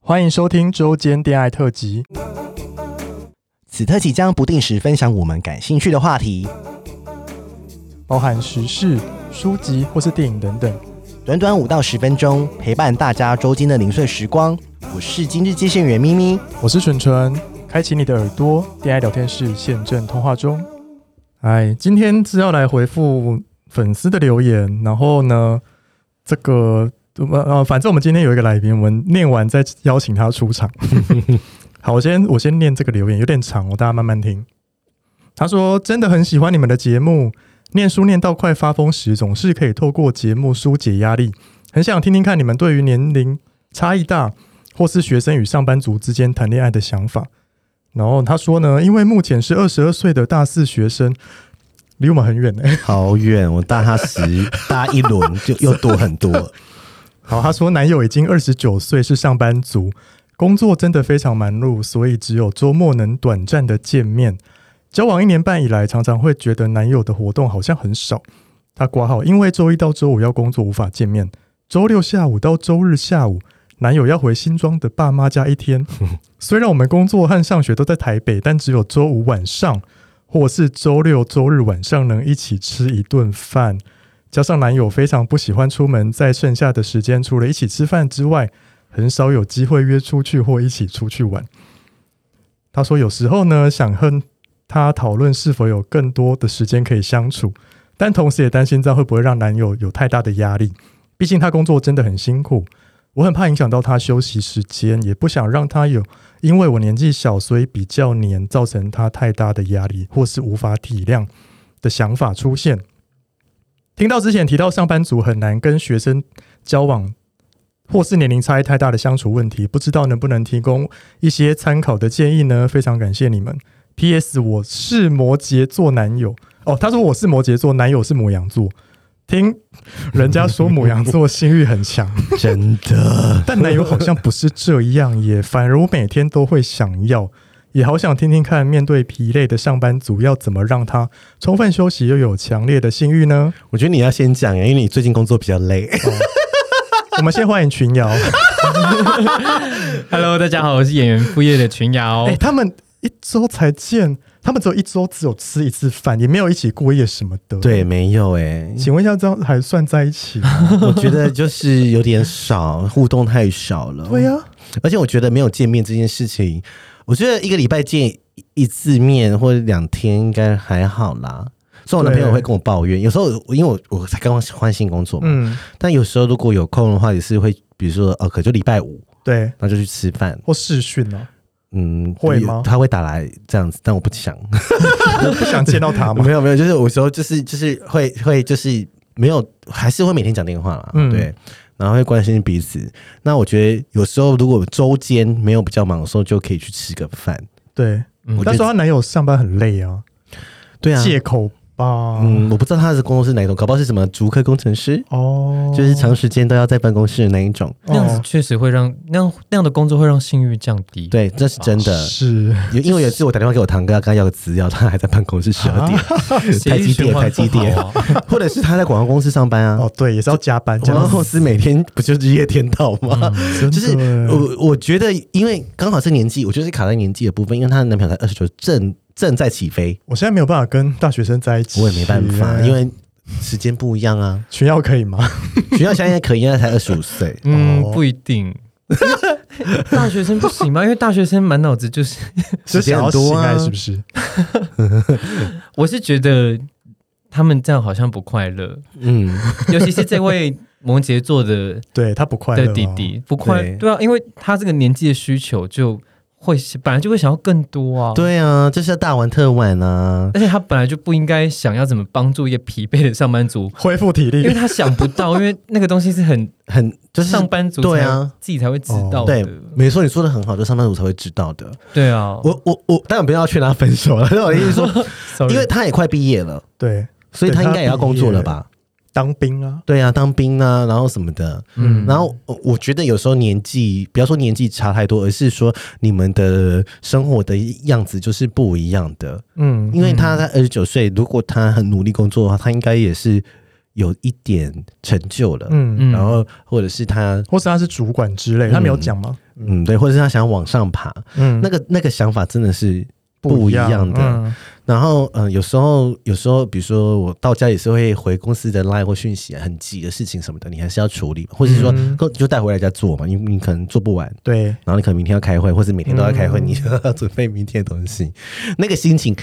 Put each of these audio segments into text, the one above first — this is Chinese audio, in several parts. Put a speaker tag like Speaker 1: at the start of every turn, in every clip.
Speaker 1: 欢迎收听周间恋爱特辑。
Speaker 2: 此特辑将不定时分享我们感兴趣的话题，
Speaker 1: 包含时事、书籍或是电影等等。
Speaker 2: 短短五到十分钟，陪伴大家周间的零碎时光。我是今日接线员咪咪，
Speaker 1: 我是纯纯，开启你的耳朵，恋爱聊天室现正通话中。哎，今天是要来回复粉丝的留言，然后呢，这个呃呃，反正我们今天有一个来宾，我们念完再邀请他出 场。好，我先我先念这个留言，有点长哦，大家慢慢听。他说：“真的很喜欢你们的节目，念书念到快发疯时，总是可以透过节目疏解压力。很想听听看你们对于年龄差异大，或是学生与上班族之间谈恋爱的想法。”然后他说呢，因为目前是二十二岁的大四学生，离我们很远呢、欸
Speaker 2: 好远，我大他十，大一轮就又多很多。
Speaker 1: 好，他说男友已经二十九岁，是上班族，工作真的非常忙碌，所以只有周末能短暂的见面。交往一年半以来，常常会觉得男友的活动好像很少。他挂号，因为周一到周五要工作，无法见面；周六下午到周日下午，男友要回新庄的爸妈家一天。 虽然我们工作和上学都在台北，但只有周五晚上或是周六、周日晚上能一起吃一顿饭。加上男友非常不喜欢出门，在剩下的时间，除了一起吃饭之外，很少有机会约出去或一起出去玩。他说，有时候呢，想和他讨论是否有更多的时间可以相处，但同时也担心这样会不会让男友有太大的压力。毕竟他工作真的很辛苦，我很怕影响到他休息时间，也不想让他有因为我年纪小，所以比较黏，造成他太大的压力或是无法体谅的想法出现。听到之前提到上班族很难跟学生交往，或是年龄差异太大的相处问题，不知道能不能提供一些参考的建议呢？非常感谢你们。P.S. 我是摩羯座男友哦，他说我是摩羯座，男友是母羊座。听人家说母羊座性欲很强，
Speaker 2: 真的，
Speaker 1: 但男友好像不是这样耶，反而我每天都会想要，也好想听听看，面对疲累的上班族，要怎么让他充分休息又有强烈的性欲呢？
Speaker 3: 我觉得你要先讲耶，因为你最近工作比较累。
Speaker 1: 我们先欢迎群瑶，哎、
Speaker 4: Hello，大家好，我是演员副业的群瑶。
Speaker 1: 哎他们一周才见，他们只有一周只有吃一次饭，也没有一起过夜什么的。，
Speaker 3: 对，没有哎，
Speaker 1: 请问一下，这样还算在一起吗？
Speaker 3: 我觉得就是有点少，互动太少了。
Speaker 1: 对呀、
Speaker 3: 而且我觉得没有见面这件事情，我觉得一个礼拜见一次面或者两天应该还好啦。虽然我男朋友
Speaker 1: 对
Speaker 3: 会跟我抱怨，有时候我因为我我才刚换新工作嘛，
Speaker 1: 嗯，
Speaker 3: 但有时候如果有空的话，也是会比如说哦，可就礼拜五，
Speaker 1: 对，
Speaker 3: 那就去吃饭，
Speaker 1: 或视讯 哦、
Speaker 3: 嗯，
Speaker 1: 会吗
Speaker 3: 他会打来这样子，但我不想。
Speaker 1: 不想见到他嘛
Speaker 3: 没。有没有，就是有时候就是就是会会就是没有，还是会每天讲电话啦，
Speaker 1: 嗯
Speaker 3: 对，然后会关心彼此。那我觉得有时候如果周间没有比较忙的时候，就可以去吃个饭。
Speaker 1: 对，但
Speaker 3: 我觉
Speaker 1: 是
Speaker 3: 得
Speaker 1: 她男友上班很累啊，
Speaker 3: 对啊，
Speaker 1: 借口啊吧。
Speaker 3: 嗯，我不知道他的工作是哪一种，搞不好是什么竹科工程师，
Speaker 1: 哦，
Speaker 3: 就是长时间都要在办公室的那一种。
Speaker 4: 那样子
Speaker 1: 哦
Speaker 4: 确实会让那样那样的工作会让性欲降低。，
Speaker 3: 对，这是真的。
Speaker 1: 是
Speaker 3: 有因为有一次我打电话给我堂哥，跟他要个资料，他还在办公室十二点， 台积电，台积电，
Speaker 4: 哦
Speaker 3: 或者是他在广告公司上班啊。
Speaker 1: 哦，对，也是要加班，这
Speaker 3: 广告
Speaker 1: 样
Speaker 3: 公司每天不就是日夜颠倒吗？ 就是
Speaker 1: 嗯真的
Speaker 3: 我我觉得，因为刚好是年纪，我觉得是卡在年纪的部分，因为她的男朋友才二十九，正正在起飞，
Speaker 1: 我现在没有办法跟大学生在一起，
Speaker 3: 我也没办法，
Speaker 1: 哎。
Speaker 3: 因为时间不一样啊
Speaker 1: 群耀可以吗？
Speaker 3: 学校现在可以，因为她才二十五岁，
Speaker 4: 嗯
Speaker 1: 哦，
Speaker 4: 不一定。 大学生不行吗？因为大学生满脑子就是，
Speaker 1: 就
Speaker 3: 时间
Speaker 1: 想
Speaker 3: 很
Speaker 1: 要
Speaker 3: 多
Speaker 1: 性
Speaker 3: 啊
Speaker 1: 爱是不是？
Speaker 4: 我是觉得他们这样好像不快乐，
Speaker 3: 嗯，
Speaker 4: 尤其是这位摩羯座的
Speaker 1: 对他不快乐
Speaker 4: 的
Speaker 1: 啊
Speaker 4: 弟，弟不快，
Speaker 3: 对
Speaker 4: 对啊，因为他这个年纪的需求就会本来就会想要更多啊，，
Speaker 3: 对啊，就是要大玩特玩啊。
Speaker 4: 而且他本来就不应该想要怎么帮助一个疲惫的上班族，
Speaker 1: 恢复体
Speaker 4: 因为
Speaker 1: 力，
Speaker 4: 他想不到，因为那个东西是很
Speaker 3: 很就是
Speaker 4: 上班族 才
Speaker 3: 对啊，
Speaker 4: 自己才会知道的
Speaker 3: 对，，没错，你说的很好，就上班族才会知道的。
Speaker 4: 对啊，
Speaker 3: 我我我，当然不要劝他分手了，但我的意思是说，
Speaker 4: Sorry
Speaker 3: 因为他也快毕业了，
Speaker 1: 对，
Speaker 3: 所以
Speaker 1: 对
Speaker 3: 他应该也要
Speaker 1: 她毕业
Speaker 3: 工作了
Speaker 1: 了
Speaker 3: 吧？
Speaker 1: 当兵啊，
Speaker 3: 对啊，当兵啊，然后什么的，
Speaker 4: 嗯
Speaker 3: 嗯，然后我我觉得有时候年纪，不要说年纪差太多，而是说你们的生活的样子就是不一样的。
Speaker 1: 嗯，
Speaker 3: 因为他在二十九岁，如果他很努力工作的话，他应该也是有一点成就了，
Speaker 1: 嗯，
Speaker 4: 嗯
Speaker 3: 然后或者是他
Speaker 1: 或是他是主管之类，他没有讲吗？
Speaker 3: 嗯，对，或者是他想往上爬，
Speaker 1: 嗯
Speaker 3: 那个那个想法真的是不一样的。
Speaker 1: 嗯
Speaker 3: 然后，嗯、有时候，有时候，比如说我到家也是会回公司的 line 或讯息，啊很急的事情什么的，你还是要处理，或者是说
Speaker 1: 嗯
Speaker 3: 够就带回来家做嘛，你你可能做不完，
Speaker 1: 对，
Speaker 3: 然后你可能明天要开会，或者每天都要开会，
Speaker 1: 嗯
Speaker 3: 你就要准备明天的东西，那个心情，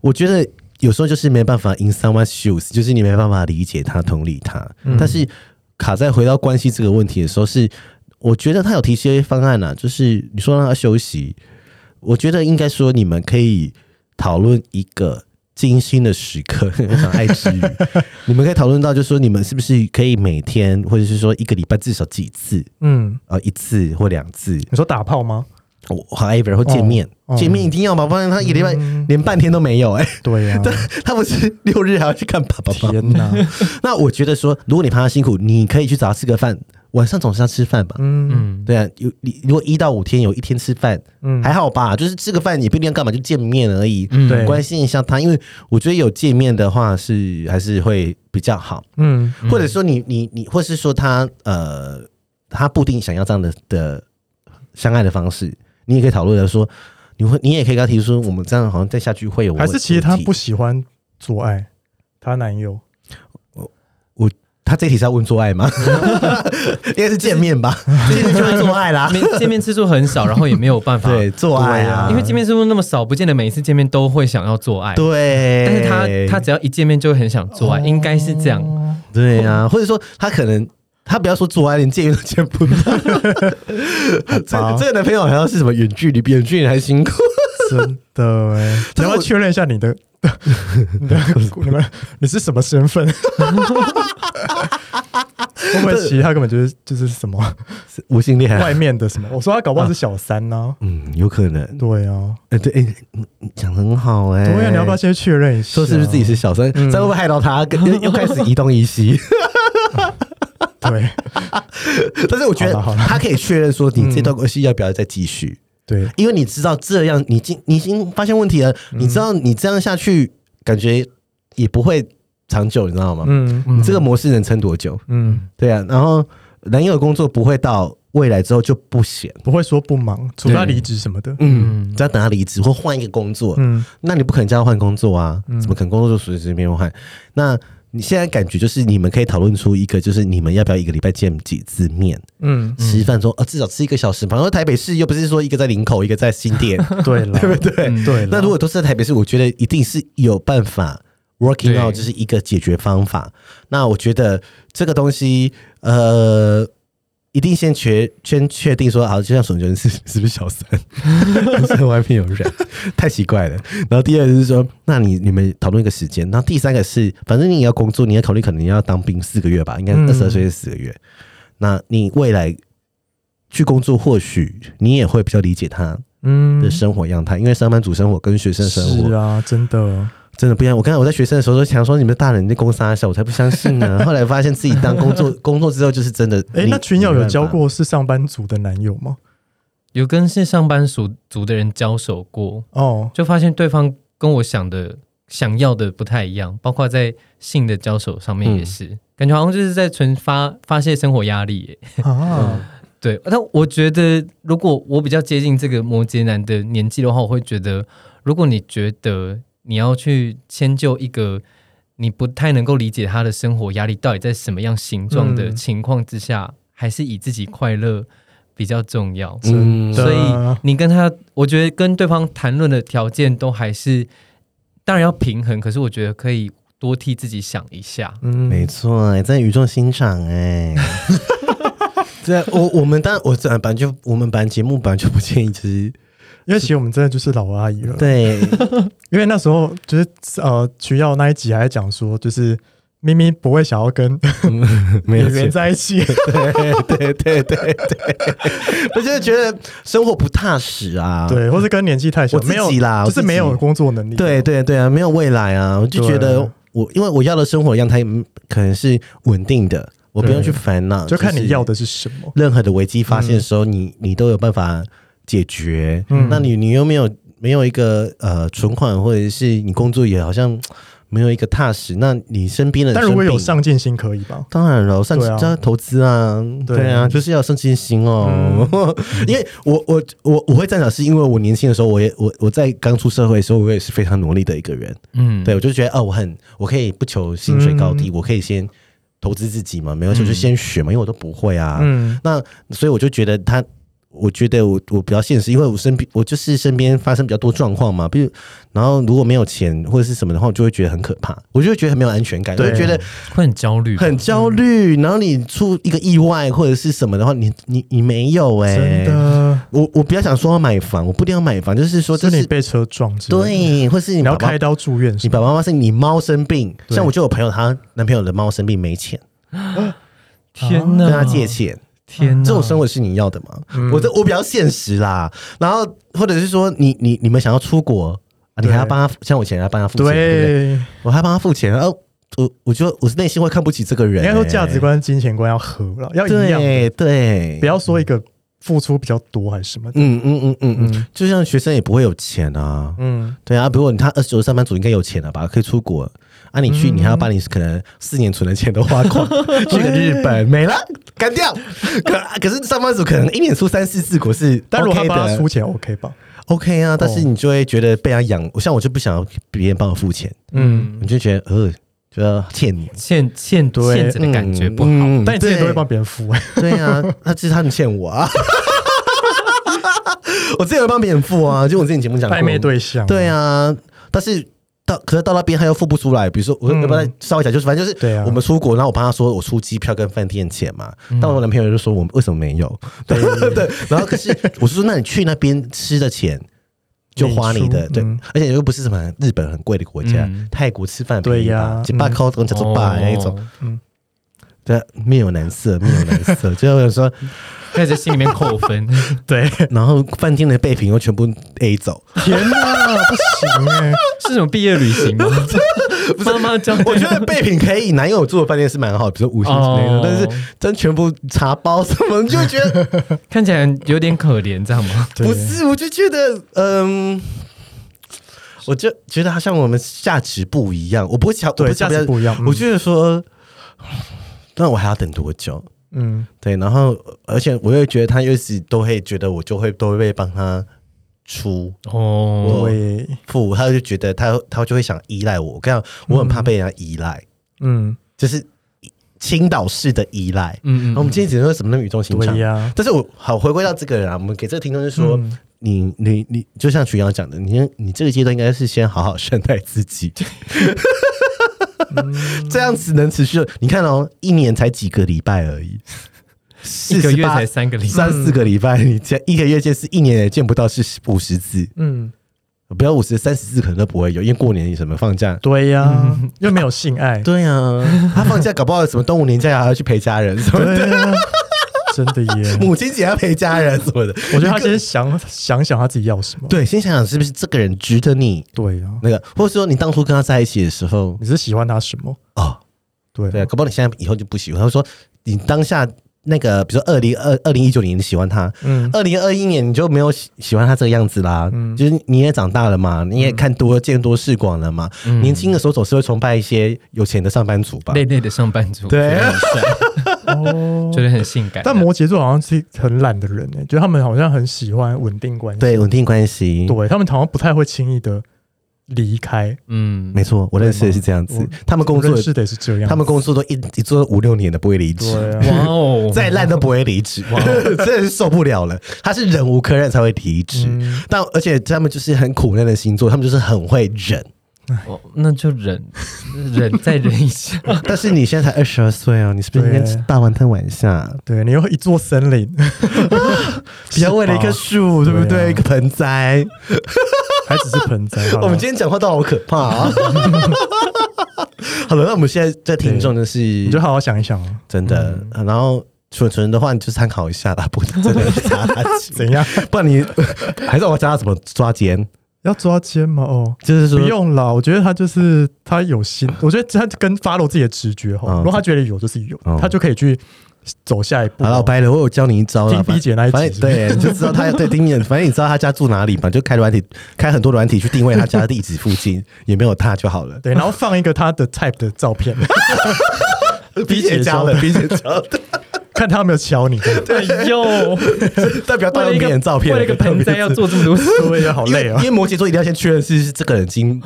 Speaker 3: 我觉得有时候就是没办法 in someone's shoes，就是你没办法理解他、同理他，但是卡在回到关系这个问题的时候是，我觉得他有提一些方案啊，就是你说让他休息，我觉得应该说你们可以讨论一个。精心的时刻， 我想爱之语，你们可以讨论到，就是说你们是不是可以每天，或者是说一个礼拜至少几次，
Speaker 1: 嗯，
Speaker 3: 呃，一次或两次，
Speaker 1: 你说打炮吗？
Speaker 3: 我 however 或见面，
Speaker 1: 哦
Speaker 3: 见面一定要嘛，不然他一个礼拜
Speaker 1: 嗯
Speaker 3: 连半天都没有哎、
Speaker 1: 对呀、
Speaker 3: 他不是六日还要去看爸爸吗？
Speaker 1: 天哪，
Speaker 3: 那我觉得说，如果你怕他辛苦，你可以去找他吃个饭，晚上总是要吃饭吧。
Speaker 1: 嗯
Speaker 4: 嗯，
Speaker 3: 对啊，有你如果一到五天有一天吃饭，
Speaker 1: 嗯，
Speaker 3: 还好吧，就是吃个饭也不一定要干嘛，就见面而已，
Speaker 4: 嗯
Speaker 1: 对
Speaker 3: 关心一下他，因为我觉得有见面的话是还是会比较好，
Speaker 1: 嗯
Speaker 3: 或者说你你你，或是说他呃，他不一定想要这样的的相爱的方式，你也可以讨论的说，你会你也可以跟他提出说，我们这样好像再下去会有
Speaker 1: 还是其实他
Speaker 3: 问题
Speaker 1: 不喜欢做爱，她男友
Speaker 3: 他这题是要问做爱 吗？应该是见面吧，见面就会做 爱啦，
Speaker 4: 没见面次数很少，然后也没有办 法，
Speaker 3: 对，做爱啊
Speaker 4: 因，为见面次数那么少，不见得每一次见面都会想要做爱。
Speaker 3: 对，哦
Speaker 4: 但是他他只要一见面就会很想做爱，应该是这样。
Speaker 1: 嗯
Speaker 3: 对啊，或者说他可能。他不要说做爱，连见面都见不到。
Speaker 1: 吧
Speaker 3: 这这个男朋友好像是什么远距离，比远距离还辛苦。
Speaker 1: 真的哎、 你要不要确认一下你 的你的你们你是什么身 份？会不会其实他根本就是就是什么
Speaker 3: 无性恋啊，
Speaker 1: 外面的什么？我说他搞不好是小三呢、
Speaker 3: 嗯，有可能。
Speaker 1: 对啊，
Speaker 3: 哎、对，哎、你你讲得很好哎、
Speaker 1: 对啊，你要不要先确认一下？
Speaker 3: 说是不是自己是小三？
Speaker 1: 嗯
Speaker 3: 这、样会不会害到他？跟又又开始移东移西。
Speaker 1: 对
Speaker 3: 但是我觉得
Speaker 1: 好了嗯好了
Speaker 3: 他可以确认说，你这段关系要不要再继续？
Speaker 1: 对，
Speaker 3: 因为你知道这样，你已经你已经发现问题了，你知
Speaker 1: 嗯
Speaker 3: 道你这样下去，感觉也不会长久，你知道吗？
Speaker 1: 嗯
Speaker 3: 你这个模式能撑多久？
Speaker 1: 嗯，
Speaker 3: 对啊，然后男友的工作不会到未来之后就不闲，
Speaker 1: 不会说不忙，除非他
Speaker 4: 对
Speaker 1: 离职什么的。
Speaker 3: 嗯，只要等他离职或换一个工作，
Speaker 1: 嗯
Speaker 3: 那你不可能叫他换工作啊？怎么可能工作就随随便便换？那你现在感觉就是你们可以讨论出一个，就是你们要不要一个礼拜见几次面？
Speaker 1: 嗯，
Speaker 3: 吃饭说啊，至少吃一个小时吧。反正台北市又不是说一个在林口，一个在新店，
Speaker 1: 对了，
Speaker 3: 对不对？
Speaker 1: 对了，
Speaker 3: 那如果都是在台北市，我觉得一定是有办法 working
Speaker 4: 对
Speaker 3: out，就是一个解决方法。那我觉得这个东西，呃，一定先确先确定说，好，就像沈娟是是不是小 三，在外面有人，太奇怪了。然后第二个是说，那你你们讨论一个时间。然后第三个是，反正你也要工作，你要考虑可能要当兵四个月吧，应该
Speaker 1: 嗯
Speaker 3: 二十二岁是四个月。那你未来去工作，或许你也会比较理解他
Speaker 1: 嗯
Speaker 3: 的生活样态，因为上班族生活跟学生生
Speaker 1: 是
Speaker 3: 活、
Speaker 1: 啊，真的，
Speaker 3: 真的不一样。我刚才我在学生的时候都想说你们大人在公司啊小，我才不相信 呢。后来发现自己当工作工作之后就是真的。
Speaker 1: 哎，
Speaker 3: 你
Speaker 1: 那群友有交？
Speaker 3: 你没办法
Speaker 1: 过是上班族的男友吗？
Speaker 4: 有跟是上班族族的人交手过，
Speaker 1: 哦，
Speaker 4: 就发现对方跟我想的想要的不太一样，包括在性的交手上面也是，
Speaker 3: 嗯
Speaker 4: 感觉好像就是在纯发发泄生活压力耶。
Speaker 1: 啊，
Speaker 4: 对，但我觉得如果我比较接近这个摩羯男的年纪的话，我会觉得，如果你觉得你要去迁就一个你不太能够理解他的生活压力到底在什么样形状的
Speaker 1: 嗯
Speaker 4: 情况之下，还是以自己快乐比较重要。
Speaker 3: 嗯
Speaker 1: 真
Speaker 4: 所以
Speaker 1: 的
Speaker 4: 你跟他，我觉得跟对方谈论的条件都还是，当然要平衡，可是我觉得可以多替自己想一下。
Speaker 1: 嗯
Speaker 3: 没错、哎，在宇宙欣赏 哎、对啊，我我们当然我呃本来就我们本来节目本来就不建议，就是
Speaker 1: 因为其实我们真的就是老阿姨了。，
Speaker 3: 对
Speaker 1: 因为那时候就是呃，曲耀那一集还在讲说，就是咪咪不会想要跟
Speaker 3: 没
Speaker 1: 演
Speaker 3: 有
Speaker 1: 员
Speaker 3: 钱
Speaker 1: 在一起。
Speaker 3: 对对对对对， 我就是觉得生活不踏实啊。
Speaker 1: 对，或是跟年纪太小，
Speaker 3: 我自己
Speaker 1: 没有
Speaker 3: 啦
Speaker 1: 就
Speaker 3: 我
Speaker 1: 是
Speaker 3: 自己
Speaker 1: 没有工作能力。
Speaker 3: 对对对啊，没有未来啊！我就觉
Speaker 1: 对
Speaker 3: 得我因为我要的生活样态嗯可能是稳定的，我不用
Speaker 1: 对
Speaker 3: 去烦恼，
Speaker 1: 嗯就看
Speaker 3: 啊是
Speaker 1: 你要的是什么。
Speaker 3: 任何的危机发现的时候，你你都有办法解决。
Speaker 1: 嗯
Speaker 3: 那你你又没有没有一个呃存款，或者是你工作也好像。没有一个踏实，那你身边的人
Speaker 1: 但如果
Speaker 3: 生病
Speaker 1: 有上进心，可以吧？
Speaker 3: 当然了，上
Speaker 1: 对啊
Speaker 3: 加投资啊，
Speaker 1: 对嗯
Speaker 3: 对啊，就是要上进心哦。 因为我我我我会站场，是因为我年轻的时候，我也我我在刚出社会的时候，我也是非常努力的一个人。
Speaker 4: 嗯，
Speaker 3: 对，我就觉得哦，我很我可以不求薪水高
Speaker 1: 嗯
Speaker 3: 低，我可以先投资自己嘛，没有就
Speaker 4: 嗯
Speaker 3: 就先学嘛，因为我都不会啊。
Speaker 1: 嗯，
Speaker 3: 那所以我就觉得他，我觉得我我比较现实，因为我身边我就是身边发生比较多状况嘛，比如然后如果没有钱或者是什么的话，我就会觉得很可怕，我就会觉得很没有安全感，我
Speaker 1: 对嗯
Speaker 3: 就觉得
Speaker 4: 会很焦虑吧，啊
Speaker 3: 很焦虑。然后你出一个意外或者是什么的话，你你你没有哎、
Speaker 1: 真的，
Speaker 3: 我我不要想说要买房，我不一定要买房，就是说这
Speaker 1: 是你
Speaker 3: 是
Speaker 1: 被车撞之类的，
Speaker 3: 对，或是你
Speaker 1: 你
Speaker 3: 爸
Speaker 1: 要
Speaker 3: 爸
Speaker 1: 开刀住院
Speaker 3: 你
Speaker 1: 是吧？
Speaker 3: 爸爸妈妈是你猫生病，
Speaker 1: 对
Speaker 3: 像我就有朋友，她男朋友的猫生病没钱，
Speaker 4: 天
Speaker 3: 跟
Speaker 4: 哪，
Speaker 3: 她借钱，
Speaker 4: 天哪，
Speaker 3: 这种生活是你要的吗？
Speaker 1: 嗯
Speaker 3: 我这我比较现实啦。然后或者是说你你你们想要出国，啊、你
Speaker 1: 对
Speaker 3: 还要帮他像我以前还要帮他付钱，对不对？
Speaker 1: 对，
Speaker 3: 我还帮他付钱，然后我我觉得我是内心会看不起这个人、
Speaker 1: 应该
Speaker 3: 欸，
Speaker 1: 说价值观、金钱观要合了，要一样，
Speaker 3: 对对，
Speaker 1: 不要说一个付出比较多还是什么的。
Speaker 3: 嗯嗯嗯嗯嗯
Speaker 1: 嗯，
Speaker 3: 就像学生也不会有钱啊，
Speaker 1: 嗯，
Speaker 3: 对啊，比如你他二十九上班族应该有钱了吧，可以出国。啊，你
Speaker 1: 嗯
Speaker 3: 去，你还要把你可能四年存的钱都花光，去个日本没了，干掉。可可是上班族可能一年出三四次国是 OK 的，
Speaker 1: 但如果他帮他出钱，OK 哦吧？
Speaker 3: OK 啊，但是你就会觉得被他养，像我就不想要别人帮我付钱，
Speaker 1: 嗯，
Speaker 3: 你就觉得呃，觉得欠你，
Speaker 4: 欠欠
Speaker 1: 对
Speaker 4: 欠着的感觉不好，
Speaker 3: 嗯
Speaker 1: 但你之前都会
Speaker 3: 对
Speaker 1: 帮别人付，哎
Speaker 3: 对啊，那这是他们欠我啊。 我之前有帮别人付啊，就我之前节目讲过
Speaker 1: 暧昧对象，
Speaker 3: 对，啊，但是到可是到那边他又付不出来，比如说我
Speaker 1: 嗯
Speaker 3: 要不要再稍微讲，就是反正就
Speaker 1: 对
Speaker 3: 是
Speaker 1: 啊嗯
Speaker 3: 我们出国，然后我帮他说我出机票跟饭店钱嘛，但我男朋友就说我们为什么没有？对 对，然后可是我是说那你去那边吃的钱。就花你的
Speaker 1: 你出
Speaker 3: 对
Speaker 1: 嗯，
Speaker 3: 而且又不是什么日本很贵的国家
Speaker 4: 嗯，
Speaker 3: 泰国吃饭
Speaker 1: 对
Speaker 3: 便宜
Speaker 1: 呀
Speaker 3: 吧，几百
Speaker 1: 嗯
Speaker 3: 块跟讲做
Speaker 4: 哦
Speaker 3: 百那一种，，对，面有难色，面有难色。 就有说，
Speaker 4: 开始在心里面扣 分，
Speaker 1: 对，
Speaker 3: 然后饭店的备品又全部 A 走，
Speaker 1: 天哪，不行哎，
Speaker 4: 是什么毕业旅行吗？妈妈教
Speaker 3: 我觉得备品可以，男友住的饭店是蛮好，比如说五星之类的，
Speaker 4: 哦
Speaker 3: 但是真全部茶包什么，你就觉得
Speaker 4: 看起来有点可怜，这样吗？
Speaker 1: 对
Speaker 3: 不是，我就觉得，嗯，我就觉得他像我们价值不一样，我不会瞧，我
Speaker 1: 对
Speaker 3: 不瞧
Speaker 1: 价值不一样嗯
Speaker 3: 我觉得说，那我还要等多久？
Speaker 1: 嗯，
Speaker 3: 对，然后而且我又觉得他又是都会觉得我就会都会被帮他出
Speaker 4: 哦，
Speaker 1: 对，
Speaker 3: 付，他就觉得他他就会想依赖我，我跟你讲，我很怕被人家依赖，
Speaker 1: 嗯，
Speaker 3: 就是倾倒式的依赖，
Speaker 4: 嗯
Speaker 3: 然后我们今天只能说什么那么语重心长
Speaker 1: 对。呀，
Speaker 3: 但是我好回归到这个人啊，我们给这个听众就说，
Speaker 1: 嗯
Speaker 3: 你你你，就像曲阳讲的，你你这个阶段应该是先好好善待自 己，
Speaker 4: 嗯
Speaker 3: 这样子能持续。你看哦，一年才几个礼拜而已，
Speaker 4: 一个月
Speaker 3: 48
Speaker 4: 才三个礼拜，
Speaker 3: 三四个礼拜，你这一个月见是一年也见不到是五十字，
Speaker 1: 嗯，
Speaker 3: 不要五十，三十字可能都不会有，因为过年什么放假。
Speaker 1: 对呀，
Speaker 3: 嗯
Speaker 1: 又没有性爱，
Speaker 3: 对啊， 他放假搞不好什么端午年假还要去陪家 人什么的，
Speaker 1: 对呀，真的耶，
Speaker 3: 母亲节要陪家人什么的。
Speaker 1: 我觉得他先想想想他自己要什么，
Speaker 3: 对，先想想是不是这个人值得你
Speaker 1: 对呀，
Speaker 3: 那个，或者说你当初跟他在一起的时候，
Speaker 1: 你是喜欢他什么？
Speaker 3: 哦，
Speaker 1: 对啊
Speaker 3: 对，搞不好你现在以后就不喜欢。他说你当下那个，比如说二零二二零一九年你喜欢他，
Speaker 1: 嗯，
Speaker 3: 二零二一年你就没有喜喜欢他这个样子啦。就是你也长大了嘛，你也看多、见多识广了嘛。年轻的时候总是会崇拜一些有钱的上班族吧。
Speaker 4: 累累的上班族，
Speaker 3: 对
Speaker 4: 觉得很帅，
Speaker 1: 哦
Speaker 4: 觉得很性感。
Speaker 1: 但摩羯座好像是很懒的人诶、欸，觉得他们好像很喜欢稳定关系，
Speaker 3: 对稳定关系，
Speaker 1: 对，他们好像不太会轻易的离开。
Speaker 4: 嗯，
Speaker 3: 没错，我认识的是这样
Speaker 1: 对
Speaker 3: 子
Speaker 1: 吗。
Speaker 3: 他们工
Speaker 1: 我
Speaker 3: 作
Speaker 1: 认，识的也是这样，
Speaker 3: 他们工作都一一做五六年的不会离职。
Speaker 1: 对啊，
Speaker 4: 哇 哦，
Speaker 3: 再烂都不会离职， 真的是受不了了。他是忍无可忍才会离职，
Speaker 1: 嗯
Speaker 3: 但而且他们就是很苦难的星座，他们就是很会 忍。
Speaker 4: 哦那就忍忍再忍 一下，
Speaker 3: 但是你现在才二十二岁哦，你是不是应该
Speaker 1: 对啊
Speaker 3: 大玩特玩一下？
Speaker 1: 对你又一座森 林，
Speaker 3: 不要为了一棵树，对
Speaker 1: 对啊
Speaker 3: 不对？一个盆栽，
Speaker 1: 还只是盆栽。 好了
Speaker 3: 我们今天讲话都好可怕啊！ 好了，那我们现在在听众就是
Speaker 1: 你就好好想一想啊，
Speaker 3: 真的，然后蠢蠢的话你就参考一下啦，不真的是差他几
Speaker 1: 怎样
Speaker 3: 不然你还是我教他怎么抓奸，
Speaker 1: 要抓奸吗？哦。
Speaker 3: 就是
Speaker 1: 不
Speaker 3: 说
Speaker 1: 用啦，我觉得他就是他有心，我觉得他跟 follow 自己的直觉哈。
Speaker 3: 嗯
Speaker 1: 如果他觉得有就是有
Speaker 3: 嗯，
Speaker 1: 他就可以去走下一步
Speaker 3: 好了，
Speaker 1: 哦。
Speaker 3: 白了，我有教你一招了。
Speaker 1: 听 B 姐那一集
Speaker 3: 反正
Speaker 1: 是不是
Speaker 3: 对， 你就知道他对听你的，反正你知道他家住哪里嘛，就开软体，开很多软体去定位他家的地址附近，也没有他就 好了。
Speaker 1: 对，然后放一个他的 type 的照片，
Speaker 3: B 姐教的，B 姐教的，
Speaker 1: 看他有没有敲你。
Speaker 4: 哎呦，
Speaker 3: 代表
Speaker 4: 为
Speaker 3: 盗
Speaker 4: 了
Speaker 3: 用
Speaker 4: 一
Speaker 3: 别人
Speaker 4: 个
Speaker 3: 照片，
Speaker 4: 为了一个 盆栽要做这么多事，
Speaker 1: 我也好
Speaker 3: 因为
Speaker 1: 累啊
Speaker 3: 因！为摩羯座一定要先确认是是这个人已经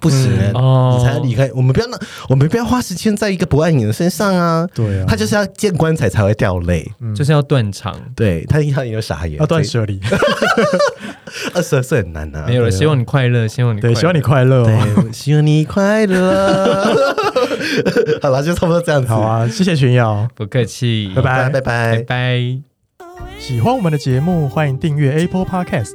Speaker 3: 不行
Speaker 1: 嗯
Speaker 3: 了，
Speaker 4: 哦
Speaker 3: 你才离开。我们不要那，我们不要花时间在一个不爱你的身上啊。
Speaker 1: 对啊嗯
Speaker 3: 他就是要见棺材才会掉泪。
Speaker 4: 就是要断肠。
Speaker 3: 对他，他也有傻眼，
Speaker 1: 要断舍离，
Speaker 3: 二十二岁很难啊。
Speaker 4: 没有了，希望你快乐，希望你快
Speaker 1: 对，
Speaker 4: 乐
Speaker 1: 希望你快乐
Speaker 3: 对
Speaker 1: 哦。，
Speaker 3: 我希望你 快乐。好了，就差不多这样子。
Speaker 1: 好，啊，谢谢群瑶，
Speaker 4: 不客气，
Speaker 1: 拜
Speaker 3: 拜
Speaker 1: 拜
Speaker 3: 拜拜
Speaker 4: 拜。拜。
Speaker 1: 喜欢我们的节目，欢迎订阅 Apple Podcast，